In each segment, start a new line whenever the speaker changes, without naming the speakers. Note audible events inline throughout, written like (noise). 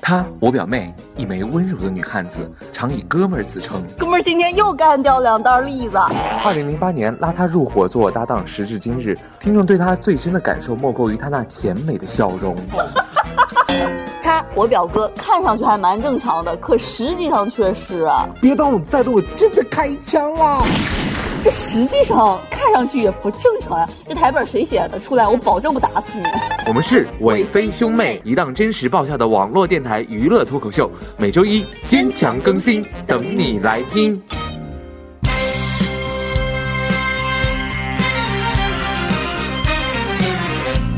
她，我表妹，一枚温柔的女汉子，常以哥们儿自称。
哥们儿今天又干掉两袋栗子，
二零零八年拉她入伙做我搭档，时至今日，听众对她最深的感受莫过于她那甜美的笑容。
他我表哥看上去还蛮正常的，可实际上却是啊，
别动，再动我真的开枪啦！
这实际上看上去也不正常呀、这台本谁写的？出来我保证不打死你。
我们是伟飞兄妹，一档真实爆笑的网络电台娱乐脱口秀，每周一坚强更新，等你来听。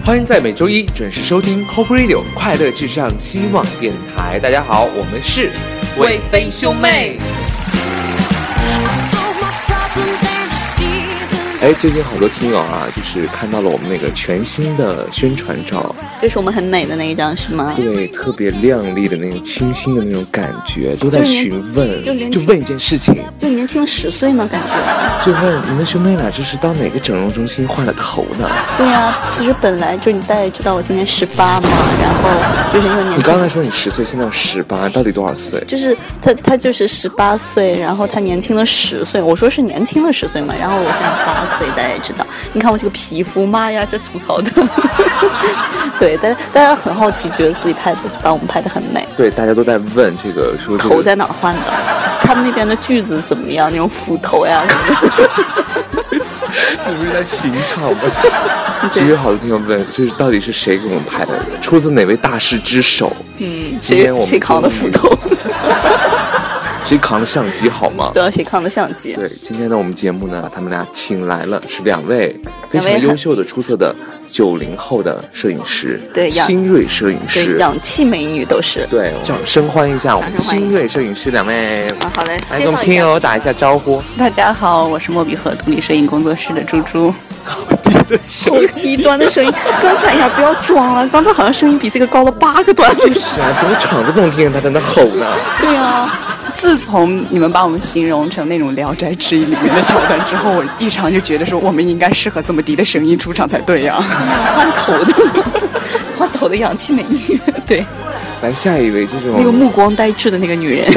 欢迎在每周一准时收听 Hope Radio 快乐至上希望电台。大家好，我们是
伟飞兄妹。
哎，最近好多听友啊，就是看到了我们那个全新的宣传照，
这是我们很美的那一张是吗？
对，特别亮丽的那种清新的那种感觉，都在
就是
询问，
就连
就问一件事情，
就年轻十岁呢，感觉。
就问你们兄妹俩这是到哪个整容中心换了头呢？
对呀、其实本来就你大家也知道我今年十八嘛，然后就是因为年
你
轻
刚才说你十岁，现在十八，到底多少岁？
就是他，他就是十八岁，然后他年轻了十岁。我说是年轻了十岁嘛，然后我现在八岁，大家也知道。你看我这个皮肤，妈呀，这吐槽的。 (laughs) 对，但大家很好奇，觉得自己拍的把我们拍的很美，
对，大家都在问这个，说这
头
个
在哪儿换的？他们那边的句子怎么样？那种斧头呀什么的。
你们是在刑场吗？
(laughs)
这是其实好多听友问，这是到底是谁给我们拍的？出自哪位大师之手？
嗯，
今
谁
天我们
谁扛的斧头？ (laughs)
谁扛了相机好吗？
对啊，谁扛的相机？
对，今天呢，我们节目呢，把他们俩请来了，是两位非
两
常
位很
优秀的、出色的九零后的摄影师，
对养
新锐摄影
对，
师，
氧气美女都是。
对，掌声欢迎一下我们
掌声欢迎
新锐摄影师两位，
啊，好嘞，
来
介
给我
绍
们
一
听哦
下。
友打一下招呼。
大家好，我是莫比河独立摄影工作室的猪猪。
低端的声音，刚才呀，不要装了，刚才好像声音比这个高了八个段。
是啊，整个场子都能听见他在那吼呢。
对啊， (laughs) 自从你们把我们形容成那种《聊斋志异》里面的桥段之后，我异常就觉得说我们应该适合这么低的声音出场才对啊呀、
换头的，换头的氧气美女，对，
来下一位，这种
那个目光呆滞的那个女人，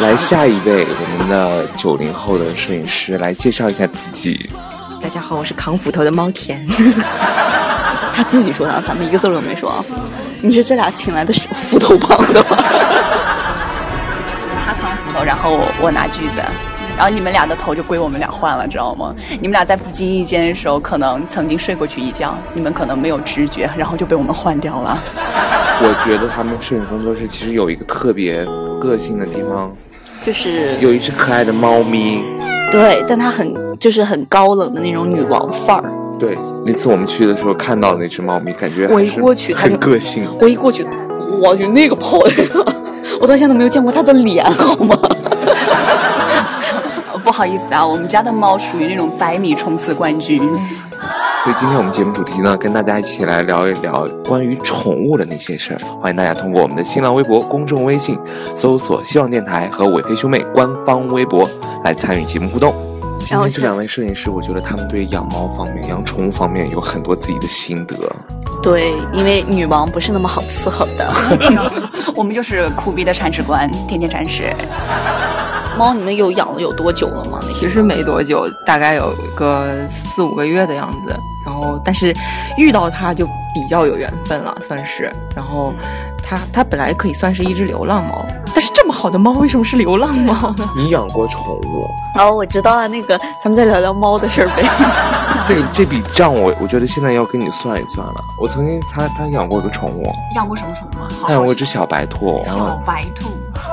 来下一位，我们的九零后的摄影师来介绍一下自己。
大家好，我是扛斧头的猫
(laughs)
田。
她自己说的，咱们一个字儿都没说啊。你是这俩请来的斧头帮的吗？
(laughs) 他扛斧头，然后我我拿锯子，然后你们俩的头就归我们俩换了，知道吗？你们俩在不经意间的时候，可能曾经睡过去一觉，你们可能没有知觉，然后就被我们换掉了。
我觉得他们摄影工作室其实有一个特别个性的地方，
就是
有一只可爱的猫咪。
对，但她很就是很高冷的那种女王范儿。
对，那次我们去的时候看到了那只猫咪，感觉
我一
还是
过去它
很
就
个性。
我一过去，我去那个跑的， (laughs) 我到现在都没有见过她的脸， (laughs) 好吗？
不好意思啊，我们家的猫属于那种百米冲刺冠军。
嗯
所以今天我们节目主题呢，跟大家一起来聊一聊关于宠物的那些事儿。欢迎大家通过我们的新浪微博、公众微信搜索“希望电台”和“伟飞兄妹”官方微博来参与节目互动。今
然后
天
是
这两位摄影师，我觉得他们对养猫方面、养宠物方面有很多自己的心
(laughs)
得。
对，因为女王不是那么好伺候 (laughs) 的。
我们就是苦逼的铲屎官，天天铲屎。
猫，你们有养了有多久了吗？
其实没多久，大概有个四五个月的样子。然后，但是遇到它就比较有缘分了，算是。然后它，它本来可以算是一只流浪猫，但是这么好的猫，为什么是流浪猫呢？
你养过宠物？
哦，我知道了，那个咱们再聊聊猫的事 (laughs) 儿呗。
这个这笔账我，我觉得现在要跟你算一算了。我曾经他他养过一个宠物，
养过什么宠物啊？好
他养过一只小白兔，然后
小白兔，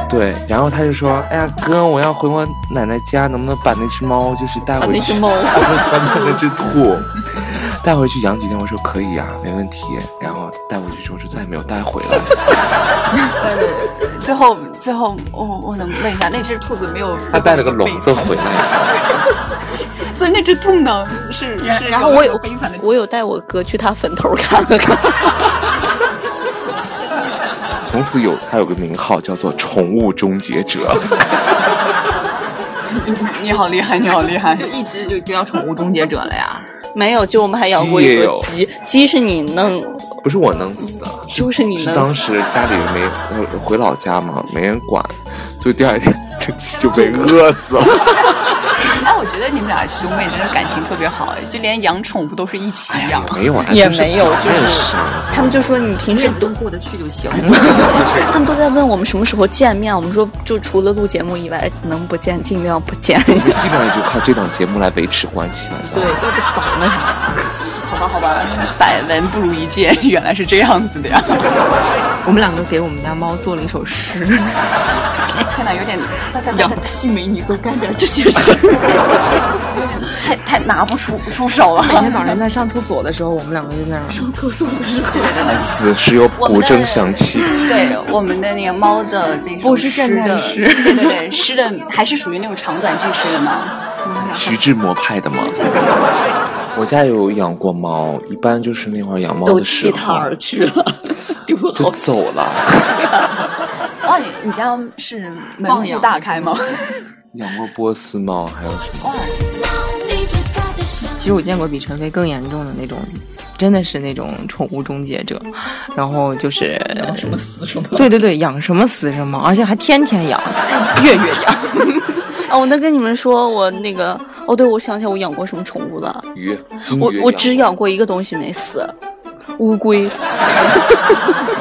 对，然后他就说：“哎呀，哥，我要回我奶奶家，能不能把那只猫就是带回去？
把那只猫
把那只兔 (laughs) 带回去养几天？”我说：“可以啊，没问题。”然后带回去之后就再也没有带回来。
(laughs)
(laughs)
最后，最后，我、我能问一下，那只兔子没有？
他带了个笼子回来，
所以那只兔呢是是。
然后我有
悲惨的，
我有带我哥去他坟头看了看。
从此有他有个名号叫做“宠物终结者
你好厉害，你好厉 (laughs) 害！
就一只就就叫宠物终结者了呀。
没有，就我们还养过
鸡也
一个
有
鸡，鸡是你弄
不是我弄死的，
就是你
是
弄
当
死
时家里没呃回老家嘛，没人管，就第二天 (laughs) 就
(laughs)
被饿死了。
哎，我觉得你们俩兄妹真的感情特别好，哎就连养宠物都是一起养。
没 (laughs) 有啊，
也
就是
没有
不
就是
认识
他们就说你平时都
过得去就行。
他们都在问我们什么时候见面，我们说就除了录节目以外，能不见尽量不见。
你基本上就靠这档节目来维持关系了。
对，要不早那啥。
好吧，好吧，百闻不如一见，原来是这样子的呀！
(laughs) 我们两个给我们家猫做了一首诗， (laughs)
天哪，有点
氧气美女都干点这些事。
太太拿不出出手了。
每天早上在上厕所的时候，我们两个就在那儿。
此时有
我们
古
的
筝响起，
对，我们的那个猫的这首
不是现代
诗
诗
的，对对对，诗的还是属于那种长短句诗的呢。
(laughs) 徐志摩派的吗？我家有养过猫，一般就是那会儿养猫
都
的
弃
时候
他而去了，丢了
就
好。
走了。
哇，你你家是门
放
户
养
大开吗？
养过波斯猫，还有什么？
其实我见过比陈飞更严重的那种，真的是那种宠物终结者，然后就是养什么死什么。对对对，养什么死什么，而且还天天养，月月养。
(laughs) 啊，我能跟你们说，我那个哦，对，我想起来我养过什么宠物了。
鱼，金
我
鱼
我
过
只养过一个东西没死，乌龟。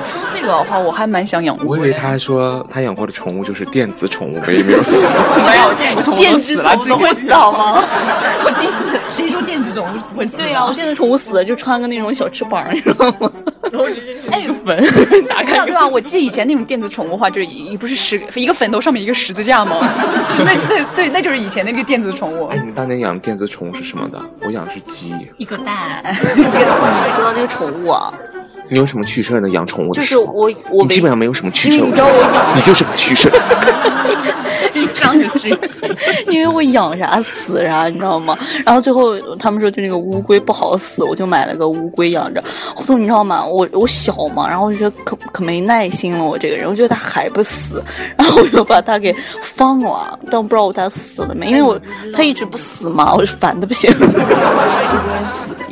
说这个的话，我还蛮想养乌
我以
龟
为
的。
他说他养过的宠物就是电子宠物，没没有死。
没有电子宠物死了，自己会知
(laughs)
道吗？
我第一次谁说电子宠物不会死？
哎对呀、我电子宠物死了就穿个那种小翅膀，你知道吗？
哎，粉打开对吧？我记得以前那种电子宠物的话，就是一不是十一个坟头上面一个十字架吗？就那那对，那就是以前那个电子宠物
(laughs) 哎，。你们当年养电子宠物是什么的？我养的是鸡。
一个蛋。说到这个宠物啊，
你有什么趣事儿呢？养宠物的
就
时
是
候
我我
你
唯
基本上没有什么趣事
因
儿。
为你知道 (laughs) 我
你就是个趣事儿。
因为我养啥死啥，你知道吗？然后最后他们说就那个乌龟不好死，我就买了个乌龟养着。后头你知道吗？我我小嘛，然后我就觉得可可没耐心了，我这个人，我觉得它还不死，然后我就把它给放了，但我不知道它死了没，因为我它一直不死嘛，我就烦的不行。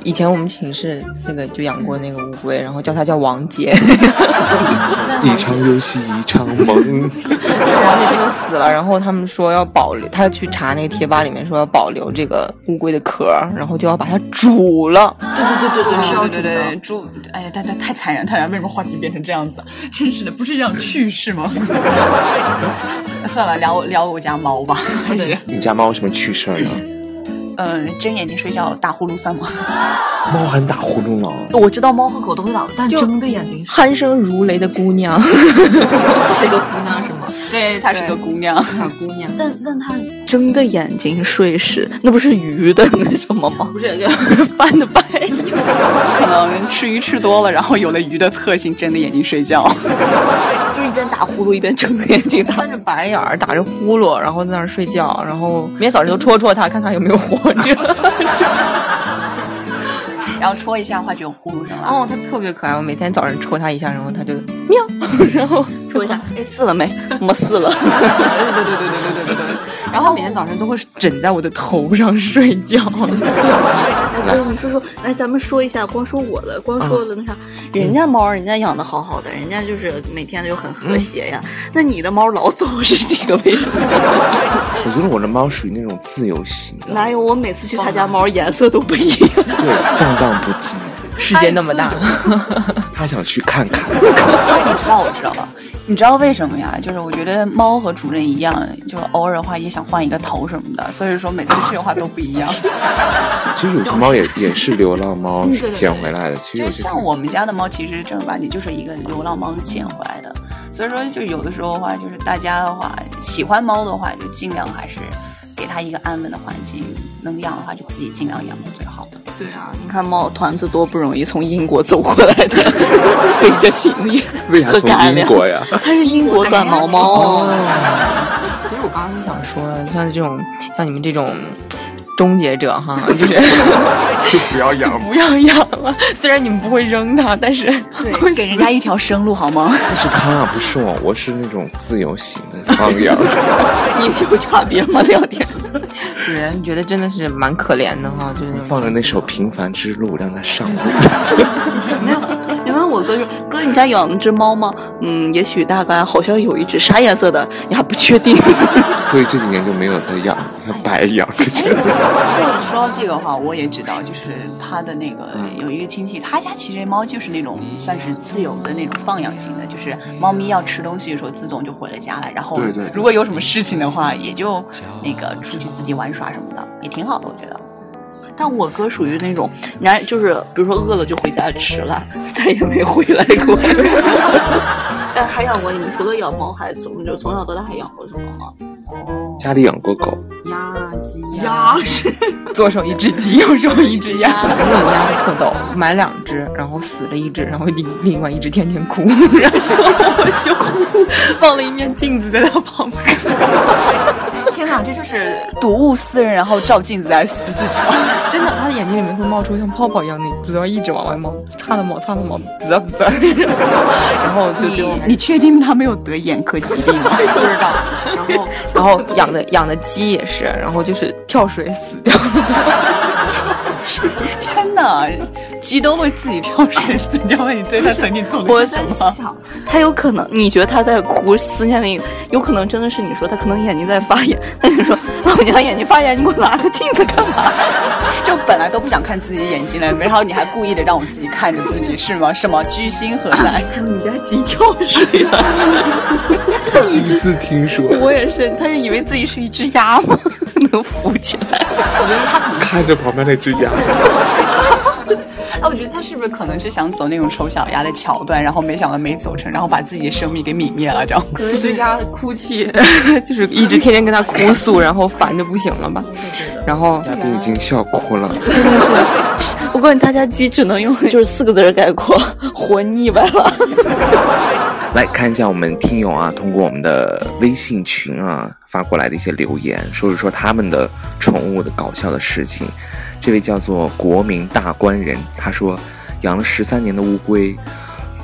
以前我们寝室那个就养过那个乌龟，然后叫它叫王姐，
一场游戏一场梦，
(laughs) 王姐就死了。然后他们说要保留，他去查那个贴吧里面说要保留这个乌龟的壳儿，然后就要把它煮了。
对对对对，猪，哎呀，大家太残忍，太残忍！为什么话题变成这样子？真是的，不是这样趣事吗？算了，聊聊我家猫吧。对，
你家猫有什么趣事儿呢？
嗯，睁眼睛睡觉打呼噜算吗？
猫还打呼噜呢。
(laughs) 我知道猫和狗都会打，但睁的眼睛
鼾声如雷的姑娘，
是个姑娘是吗？
对，她是个姑娘。
小姑娘，
但但它睁个眼睛睡是，那不是鱼的那什么吗？不是
(laughs)
翻的白眼。
可能吃鱼吃多了，然后有了鱼的特性，睁着眼睛睡觉。
就是一边打呼噜一边睁着眼睛打
翻。着白眼儿，打着呼噜，然后在那儿睡觉，然后明天早上就戳戳它，看看有没有活着。
然后戳一下的话就有呼噜声了。
哦，它特别可爱，我每天早上戳它一下，然后它就
说一下，哎，死了没？没死了。
对对对对对对对对。然后每天早上都会枕在我的头上睡觉。
哎，哥，你说说，来，咱们说一下，光说我的，光说了那啥，人家猫，人家养的好好的，人家就是每天就很和谐呀。那你的猫老走是这个为什么？
我觉得我的猫属于那种自由型的，
(laughs) 哪有？我每次去他家猫颜色都不一样。
对，放荡不羁。
世界那么大，
它想去看看。
我知道，我知道了。你知道为什么呀？就是我觉得猫和主人一样，就是偶尔的话也想换一个头什么的，所以说每次去的话都不一样。
其实有些猫也也是流浪猫
嗯
捡回来的，其实
就
有
是
些
像我们家的猫，其实正儿八经就是一个流浪猫捡回来的，所以说就有的时候的话，就是大家的话，喜欢猫的话，就尽量还是给它一个安稳的环境，能养的话就自己尽量养是最好的。
对啊， (laughs) 你看猫团子多不容易，从英国走过来 (laughs) 的，背着行李，
为啥
和
从
干
英
粮
国 (laughs) 哦呀？
它是英国短毛 (laughs) 猫。啊
其实我刚刚想说，像这种像你们这种终结者哈，
(laughs)
就是
就不要养
不要养了。虽然你们不会扔它，但是
对，给人家一条生路好吗？
是他，不是我，我是那种自由型的放 (laughs) 养。
(laughs) 你有差别吗？聊天。
主人觉得真的是蛮可怜的哈，就是那种
放着那首《平凡之路》，让它上路。
没有，因为
问我哥说：“哥，你家养了只猫吗？”嗯，也许大概好像有一只，啥颜色的你还不确定。
所以这几年就没有再养，白养着
(laughs)
这个。
说到这个话，我也知道，就是他的那个呃有一个亲戚，他家其实猫就是那种算是自由的那种放养型的，就是猫咪要吃东西的时候自动就回了家来，然后
对对对
如果有什么事情的话，也就那个出去自己玩耍什么的，也挺好的，我觉得。
(laughs) 但我哥属于 (laughs) 那种，人家就是比如说饿了就回家吃
(laughs)
了，再也没回来过。哎，还养过？你们除了养猫，还从就从小到大还养过什么吗？
家里养过狗，
鸭、鸡、
鸭
(laughs)
是
左啊手一只鸡，右手一只鸭。我鸭特逗，买两只，然后死了一只，然后另另外一只天天哭， (laughs) 然后我就哭，放了一面镜子在它旁边。
天哪，这就是睹物思人，然后照镜子来撕自己吗？
真的，它的眼睛里面会冒出像泡泡一样的，不知道一直往外冒，擦了毛，擦了毛，不知道不知道那种。 (laughs) 然后就就
你确定他没有得眼科疾病吗？不知道。然后
然后养的养的鸡也是，然后就是跳水死掉了。
天哪，鸡都会自己跳水死掉了，你对它曾经做过
我
什
在
么？
想，啊他有可能，你觉得他在哭，思念里有可能真的是你说他可能眼睛在发炎，但你说老娘眼睛发炎，你给我拿个镜子干嘛？
就本来都不想看自己眼睛了，然后你还故意的让我自己看着自己是吗？什么居心何在？ (laughs)
还有你家鸡跳水啊！他一
第一
直，
次听说，
我也是，他是以为自己是一只鸭吗？ (laughs) 能浮起来？
看着旁边那只鸭，
哎、我觉得他是不是可能是想走那种丑小鸭的桥段，然后没想到没走成，然后把自己的生命给泯灭了，这样。
隔着鸭的
(laughs)
哭泣，就是一直天天跟它哭诉，然后烦的不行了吧？然后
嘉宾已经笑哭了。
我告诉你，他家鸡只能用就是四个字儿概括：活腻歪了。
来看一下我们听友啊，通过我们的微信群啊发过来的一些留言，说一说他们的宠物的搞笑的事情。这位叫做国民大官人，他说养了十三年的乌龟，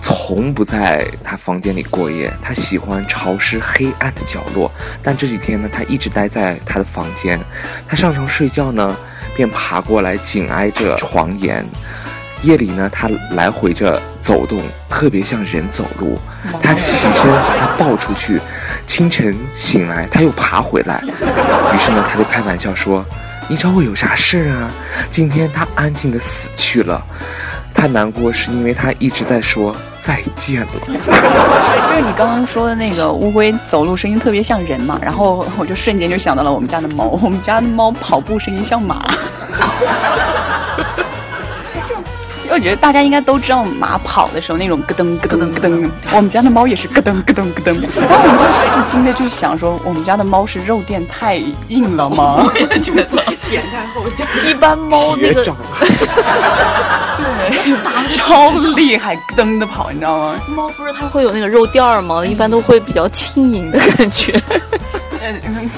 从不在他房间里过夜，他喜欢潮湿黑暗的角落。但这几天呢，他一直待在他的房间，他上床睡觉呢，便爬过来紧挨着床沿。夜里呢，他来回着走动，特别像人走路。他起身把它抱出去，清晨醒来他又爬回来。于是呢，他就开玩笑说：“你找我有啥事啊？今天他安静的死去了。”他难过是因为他一直在说再见了。
就是你刚刚说的那个乌龟走路声音特别像人嘛，然后我就瞬间就想到了我们家的猫， (laughs) 我们家的猫跑步声音像马。 (laughs) 就我觉得大家应该都知道马跑的时候那种咯噔咯噔咯噔，我们家的猫也是咯噔咯噔咯噔。然后我们就不禁的就想说，我们家的猫是肉垫太硬了吗？
一般猫那个
长
超厉害，咯噔的跑，你知道吗？
猫不是它会有那个肉垫儿吗？一般都会比较轻盈的感觉。
呃嗯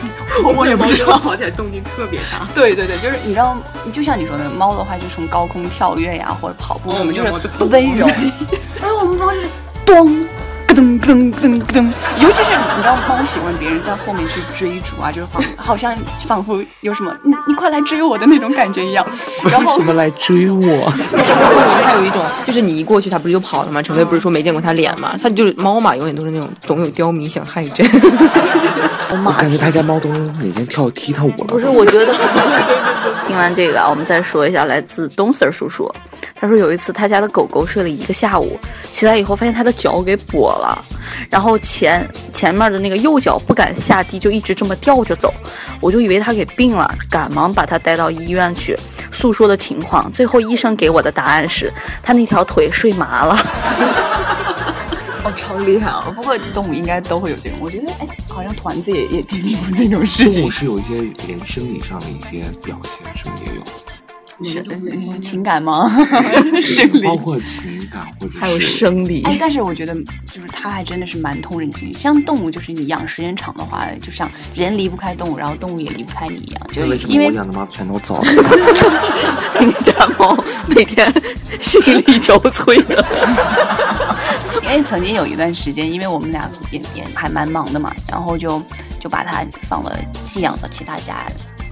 我也不知道。
跑起来动静特别大。
对对对，就是你知道，就像你说的，猫的话就从高空跳跃呀，或者跑哦步，我们就是温柔。 (laughs) 然后我们猫就是咚，咯噔咯噔咯噔咯噔。尤其是你知道，猫喜欢别人在后面去追逐啊，就是仿好像仿佛有什么你你快来追我的那种感觉一 (laughs) 样。然后
什么来追我？
它有一种，就是你一过去，它不是就跑了吗？陈飞不是说没见过它脸吗？它就是猫嘛，永远都是那种总有刁民想害朕。
我感觉他家猫都每天跳踢踏舞
不
了。
是，我觉得。 (laughs) 听完这个啊，我们再说一下来自东 Sir 叔叔，他说有一次他家的狗狗睡了一个下午，起来以后发现他的脚给跛了，然后前前面的那个右脚不敢下地，就一直这么吊着走，我就以为他给病了，赶忙把他带到医院去诉说的情况，最后医生给我的答案是他那条腿睡麻了。
哦，超厉害啊！不过动物应该都会有这种，我觉得哎，好像团子也也经历过这种事
动
情
物。是有一些人生理上的一些表现，是不是也有？
是嗯情感 (laughs) 吗？生理
包括情感或者是
(laughs) 还有生理，
哎，但是我觉得就是它还真的是蛮通人性。像动物，就是你养时间长的话，就像人离不开动物，然后动物也离不开你一样。就
那
是
为什
因
么
为
我养的猫全都走了？
你家猫每天 (laughs) 心力 (laughs) 交瘁啊的。
因为曾经有一段时间，因为我们俩也也还蛮忙的嘛，然后就就把它放了寄养到其他家，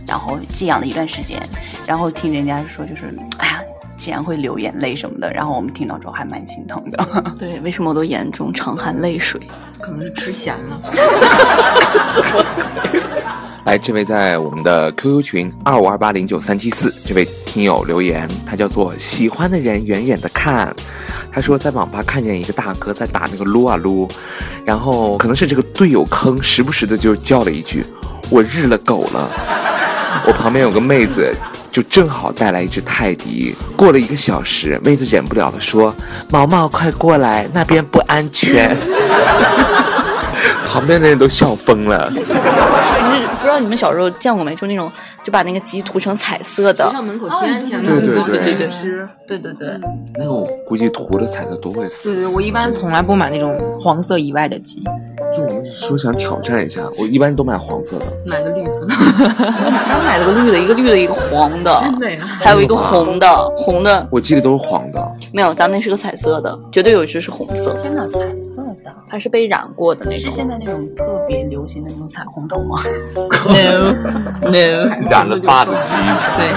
然后寄养了一段时间，然后听人家说就是，哎呀，竟然会流眼泪什么的，然后我们听到之后还蛮心疼的。
对，为什么我都眼中常含泪水？啊
可能是吃咸了。
来，这位在我们的 QQ 群二五二八零九三七四这位听友留言，他叫做喜欢的人远远的看，他说在网吧看见一个大哥在打那个撸啊撸，然后可能是这个队友坑，时不时的就叫了一句我日了狗了，我旁边有个妹子。就正好带来一只泰迪，过了一个小时，妹子忍不了了，说：“毛毛，快过来，那边不安全。” (laughs) 旁边的人都笑疯了。
就是不知道你们小时候见过没？就那种就把那个鸡涂成彩色
学
的
校，门口天天
对对对对
对
吃，
对对对
那我估计涂了彩的都会死。
对对，我一般从来不买那种黄色以外的鸡，
就我们说想挑战一下，我一般都买黄色的。
买个绿色的。
咱买了个绿的，一个绿的，一个黄的，
(laughs) 对啊 (laughs) 呀、
还有一个红的，红的
我记得都是黄的，
没有，咱们那是个彩色的，绝对有一只是红色，
天哪，彩色的
它是被染过的那
是
种。
现在那种特别流行的那种彩虹豆吗？
(laughs) n o (laughs) No，
染了八的鸡。
对，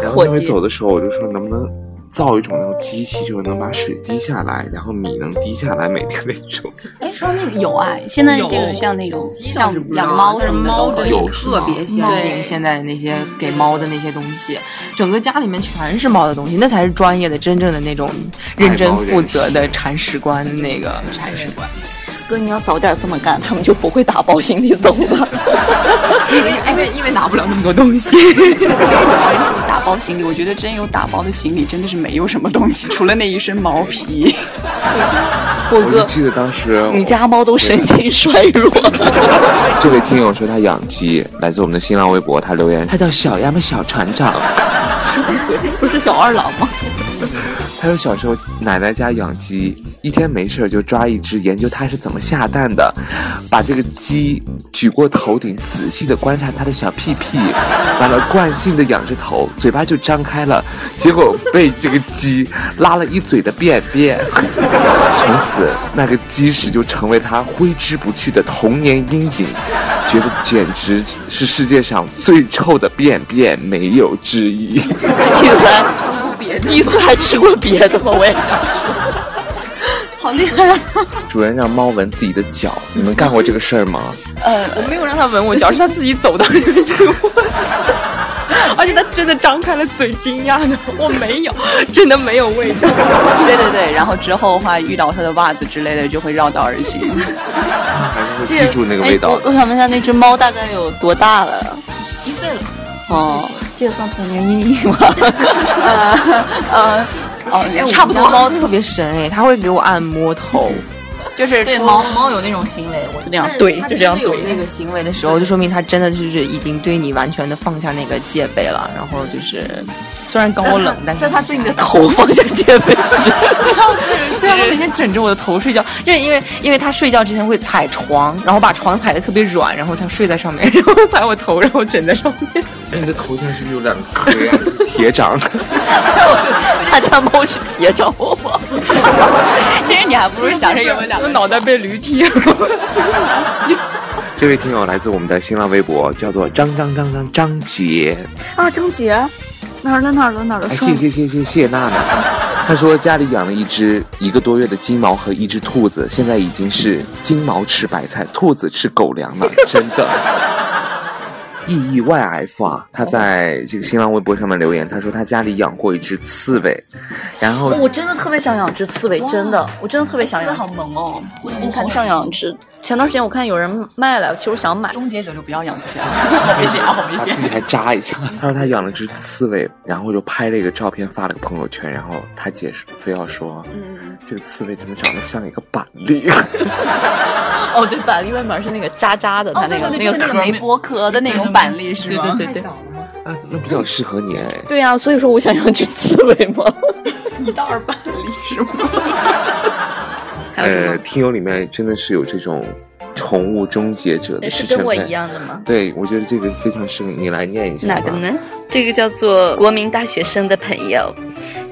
然后
火
那回
鸡
走的时候，我就说能不能造一种那种机器，就是能把水滴下来，然后米能滴下来，每天那种。
哎，说那个有啊，现在这个像那种像养猫什么的都可以。
有
特别先
对
进，现在的那些给猫的那些东西，整个家里面全是猫的东西，那才是专业的、真正的那种认真负责的铲屎官的那个铲屎官。
哥，你要早点这么干，他们就不会打包行李走 (laughs) 了。
因为因为因为拿不了那么多
(laughs)
东西，
打包行李，我觉得真有打包的行李，真的是没有什么东西，除了那一身毛皮。
波
我就
哥，
记得当时
你家猫都神经衰弱。
这位听友说他养鸡，来自我们的新浪微博，他留言，他叫小鸭们小船长。
(laughs)
(laughs)
不是小二郎吗？
他说小时候奶奶家养鸡，一天没事儿就抓一只，研究它是怎么下蛋的，把这个鸡举过头顶，仔细的观察它的小屁屁，完了惯性的仰着头，嘴巴就张开了，结果被这个鸡拉了一嘴的便便。 (laughs) 从此，那个鸡屎就成为他挥之不去的童年阴影，觉得简直是世界上最臭的便便，没有之一。
一思一思还吃过别的吗？我也想。
主人让猫闻自己的脚，你们干过这个事儿吗？
我没有让它闻我脚，是它自己走到这个地方。 (laughs) 而且它真的张开了嘴，惊讶的，我没有，真的没有味道。
对对对，然后之后的话，遇到他的袜子之类的，就会绕道而行。
还是会记住那个味
哎
道
我。我想问一下，那只猫大概有多大了呀？
一岁了，
哦，这个算童年阴 (laughs) 影吗？
(laughs)
呃，哦，差
差
不
不
多
多。。猫特别神哎，它会给我按摩头，
就是
对，
出
猫猫有那种行为，我就这样怼，就这样
有
怼。
那个行为的时候，就说明它真的就是已经对你完全的放下那个戒备了。然后就是，虽然高
(laughs)
我冷，但是它对你 (laughs) 的
头放下戒备是，
(laughs) 对啊，他每天枕着我的头睡觉，就是因为因为他睡觉之前会踩床，然后把床踩的特别软，然后才睡在上面， (laughs) 然后踩我头，然后枕在上面。
你的头像是不是有两颗呀？铁掌，
(laughs) 他家猫是铁掌我。
(laughs) 其实你还不如想着有没有两
我
个
脑袋被驴踢了。
(laughs)
这位听友来自我们的新浪微博，叫做张张张张张杰，
啊，张杰，哪儿了哪儿了哪儿了
哎，谢谢谢谢谢娜娜。他说家里养了一只一个多月的金毛和一只兔子，现在已经是金毛吃白菜，兔子吃狗粮了，真的。E E Y F 啊，他在这个新浪微博上面留言，他说他家里养过一只刺猬，然后
哦我真的特别想养只刺猬，真的，我真的特别想
真的
养。
好萌哦！
我很想养只，前段时间我看有人卖了，其实我想买。
终结者就不要养这些了，好危险，好危
他
险
自！己还扎一下。 (laughs) 他说他养了只刺猬，然后就拍了一个照片发了个朋友圈，然后他姐是非要说，这个刺猬怎么长得像一个板栗？ (laughs)
哦，对，板栗外面是那个渣渣的，它那个
对对对
那
就是那
个
个
壳
没剥壳的那种板栗是吗？
对对，
啊，那比较适合你哎。
对呀、所以说我想养只刺猬嘛。
一袋板栗是吗？
呃，听友里面真的是有这种宠物终结者的
是
成
跟我
分
一。样的吗？
对，我觉得这个非常适合你来念一下。
哪个？呢？这个叫做国民大学生的朋友，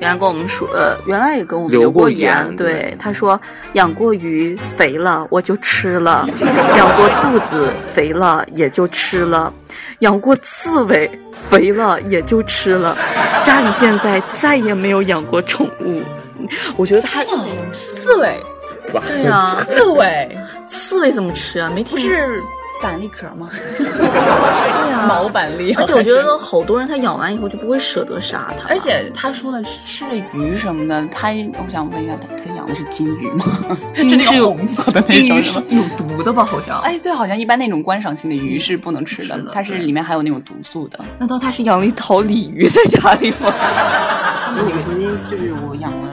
原来跟我们说，呃，原来也跟我们
留
留
过
言，
言
对，
对
他说养过鱼肥了我就吃了，
(laughs)
养过兔子肥了也就吃了，养过刺猬肥了也就吃了，家里现在再也没有养过宠物。我觉得他刺猬，
吧？
对啊，
刺猬
刺猬怎么吃啊？没听
不
过。 (laughs)
是板栗壳吗？
对啊
毛板栗。
而且我觉 (laughs) 得好多人他养完以后就不会舍得杀它，
而且他说的是吃了鱼什么的，他我想问一下，他他养的是金鱼吗？
金
是
鱼
那
是
个
有
红色的那
金
种
鱼
是
是
吗？
有毒的吧？好像。
哎，对，好像一般那种观赏性的鱼是不能吃的，
是的
它是
对
里面含有那种毒素的。
难道他是养了一条鲤鱼在家里吗？我曾经就是我养了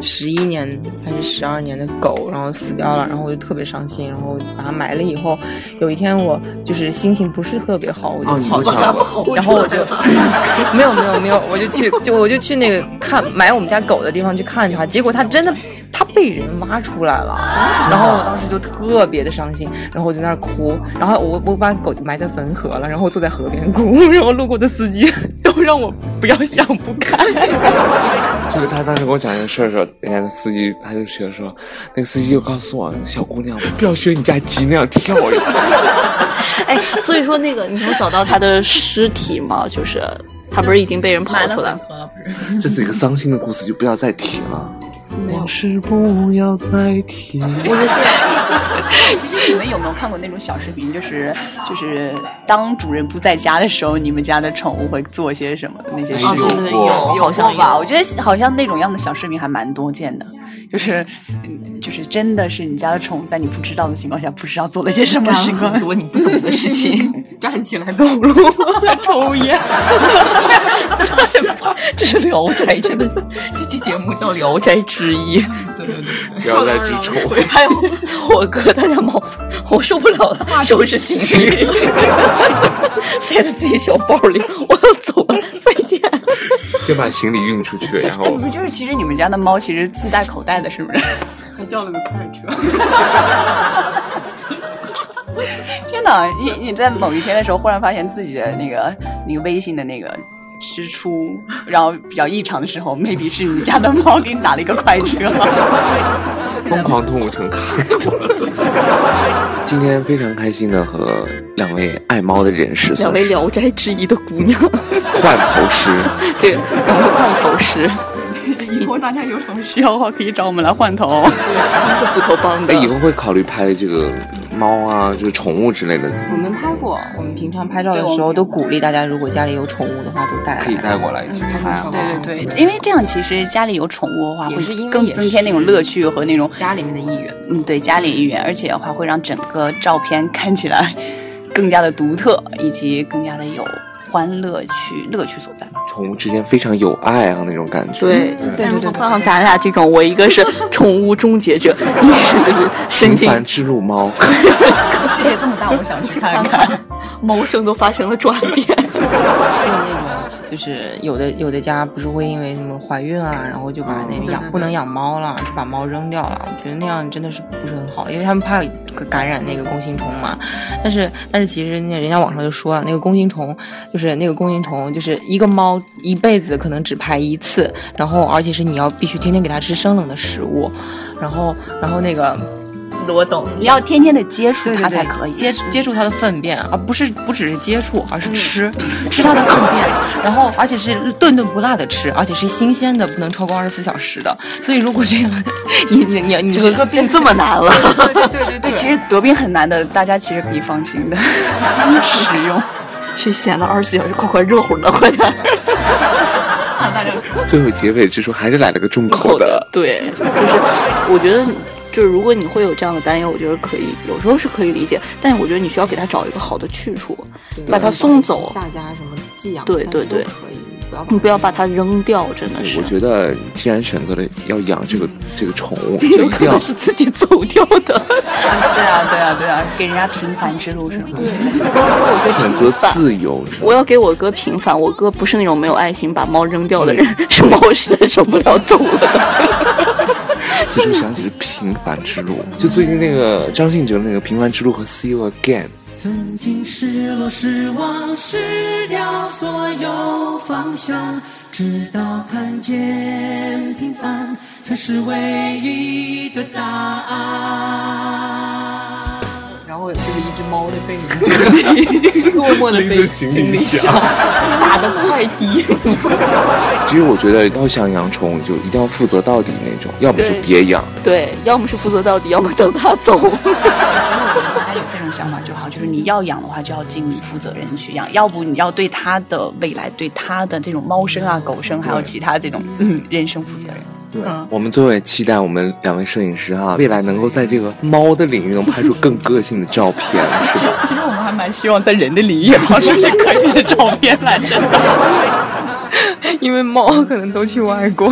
十一年还是十二年的狗，然后死掉了，然后我就特别伤心，然后把它埋了以后，有一天我就是心情不是特别好，我就
哦，你
跑
不
到
讲过，
然后我就 (laughs) 没有没有没有，我就去就我就去那个看买我们家狗的地方去看它，结果它真的它被人挖出来了，然后我当时就特别的伤心，然后我就在那儿哭，然后我我把狗埋在汾河了，然后我坐在河边哭， (laughs) 然后路过的司机都让我不要想不开，
这个他当时跟我讲这个事儿的时候，人家的司机他就学说，那个司机就告诉我，小姑娘不要学你家鸡那样跳一下。
哎，所以说那个你有找到他的尸体吗？就是他不是已经被人刨出来了？
壳了，不是？
这是一个伤心的故事，就不要再提了。往事不要再提。
其实你们有没有看过那种小视频？就是就是当主人不在家的时候，你们家的宠物会做些什么那些事
哎
情
有？
哦对对
过
有，
好
好
像
像
吧，
有
我觉得好像那种样的小视频还蛮多见的，就是嗯就是真的是你家的宠物在你不知道的情况下，不知道做了些什么情
(laughs)
况。
多你不懂的事情，站起来走路，抽烟， (laughs) 这是这是《聊斋》，真的，这期节目叫《聊斋之一》，对对对。
不要再只宠。
还有我哥他家猫，我受不了了，收拾行李，塞在自己小包里，我要走了，再见。
先把行李运出去，然
哎，
后
不是，就是其实你们家的猫其实自带口袋的，是不是？
还叫了个快车。
(laughs) 真的，啊你你在某一天的时候，忽然发现自己的那个那个微信的那个支出，然后比较异常的时候，maybe 是你家的猫给你打了一个快车。 (laughs)
疯狂动物 (laughs) 城卡住了。今天非常开心的和两位爱猫的人士，
两位《聊斋之一》的姑娘，
换头师，
对，然后换头师，
(laughs) 以后大家有什么需要的话，可以找我们来换头。
是斧头帮的
哎，。以后会考虑拍这个猫啊，就是宠物之类的，
我们拍过，我们平常拍照
对
的
我们
时候都鼓励大家，如果家里有宠物的话，都带来。嗯
可以带过来一起拍啊。
对对对，因为这样其实家里有宠物的话，
也是因
会
为
更
也
增添那种乐趣和那种
家里面的意愿，
嗯对家里一员，而且的话会让整个照片看起来更加的独特，以及更加的有欢乐趣乐趣所在。
宠物之间非常有爱啊那种感觉。
对，
对
但如果碰上咱俩这种，我一
(laughs)
个是宠物终结 (laughs) 者，你是神
平
经
凡之路猫， (laughs)
世界这么大，我想去看看。
猫生都发生了转变。
就是有的有的家不是会因为什么怀孕啊，然后就把那个养不能养猫了，就把猫扔掉了。我觉得那样真的是不是很好，因为他们怕感染那个弓形虫嘛。但是但是其实那人家网上就说了，那个弓形虫就是那个弓形虫，就是一个猫一辈子可能只排一次，然后而且是你要必须天天给它吃生冷的食物，然后然后那个。我懂，
你要天天的接触
对对
它才
对，
可以
接触接触它的粪便，而不是不只是接触，而
嗯
是吃、吃它的粪便，然后而且是顿顿不落的吃，而且是新鲜的，不能超过二十四小时的。所以如果这样， (laughs) 你你你你是
(laughs) 变这么难了，
对对对，哎其实得病很难的，大家其实可以放心的
(laughs)
使用。
谁闲了二十四小时？快快热乎的，快点！
最后结尾之处还是来了个重口的。
(laughs) 对，就是我觉得，就是如果你会有这样的担忧，我觉得可以，有时候是可以理解，但是我觉得你需要给他找一个好的去处，把它送走，
下家什么寄养，
对对对
但是都可以，不要
你不要把它扔掉，真的 (laughs) 是啊
我。觉得既然选择了要养这
(laughs)
个这个宠物，就一定要
是自己走掉的，
对啊对啊对啊，给人家平凡之路是吗？ (laughs)
选择自由。
我要给我哥平反，我哥不是那种没有爱心把猫扔掉的人， (laughs) 是猫实在受不了走
(laughs)
了。
此处想起是《平凡之路》，
嗯
就最近那个张信哲那个《平凡之路》和《See You Again》。
曾经失落、失望、失掉所有方向，只直到看见平凡才是唯一的答案。
然后这个一只猫的背影，默默的
拎着
背
行
李
李
箱，
箱
打的快递。
其实我觉得要想养宠物，就一定要负责到底那种，要么就
对
别养。
(laughs) 对，要么是负责到底，要么等他走。
所以我觉得大家有这种想法就好，就是你要养的话，就要尽负责任去养，要不你要对它的未来、对它的这种猫生啊、狗生，还有其他这种嗯人生负责任。
对，
嗯
我们最后也期待我们两位摄影师哈、未来能够在这个猫的领域能拍出更个性的照片，是吧？
其实我们还蛮希望在人的领域也放出这可惜的照片来的。
因为猫可能都去外国，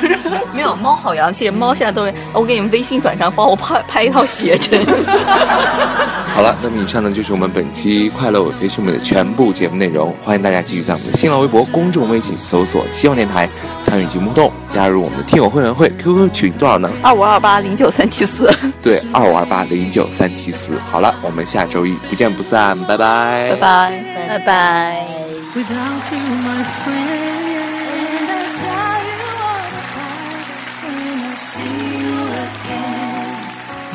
(laughs) 没有猫好洋气，猫现在都是我给你们微信转账，帮我拍拍一套写真。
好了，那么以上呢就是我们本期《快乐尾飞兄妹》的全部节目内容，欢迎大家继续在我们的新浪微博、公众微信搜索“希望电台”参与节目互动，加入我们的听友会员会 QQ 群多少呢？
(laughs) 二五二八零九三七四，
对，二五二八零九三七四。好了，我们下周一不见不散，拜拜。
拜拜拜。
Without you, my friend. When I tell you all about it, when I see you again,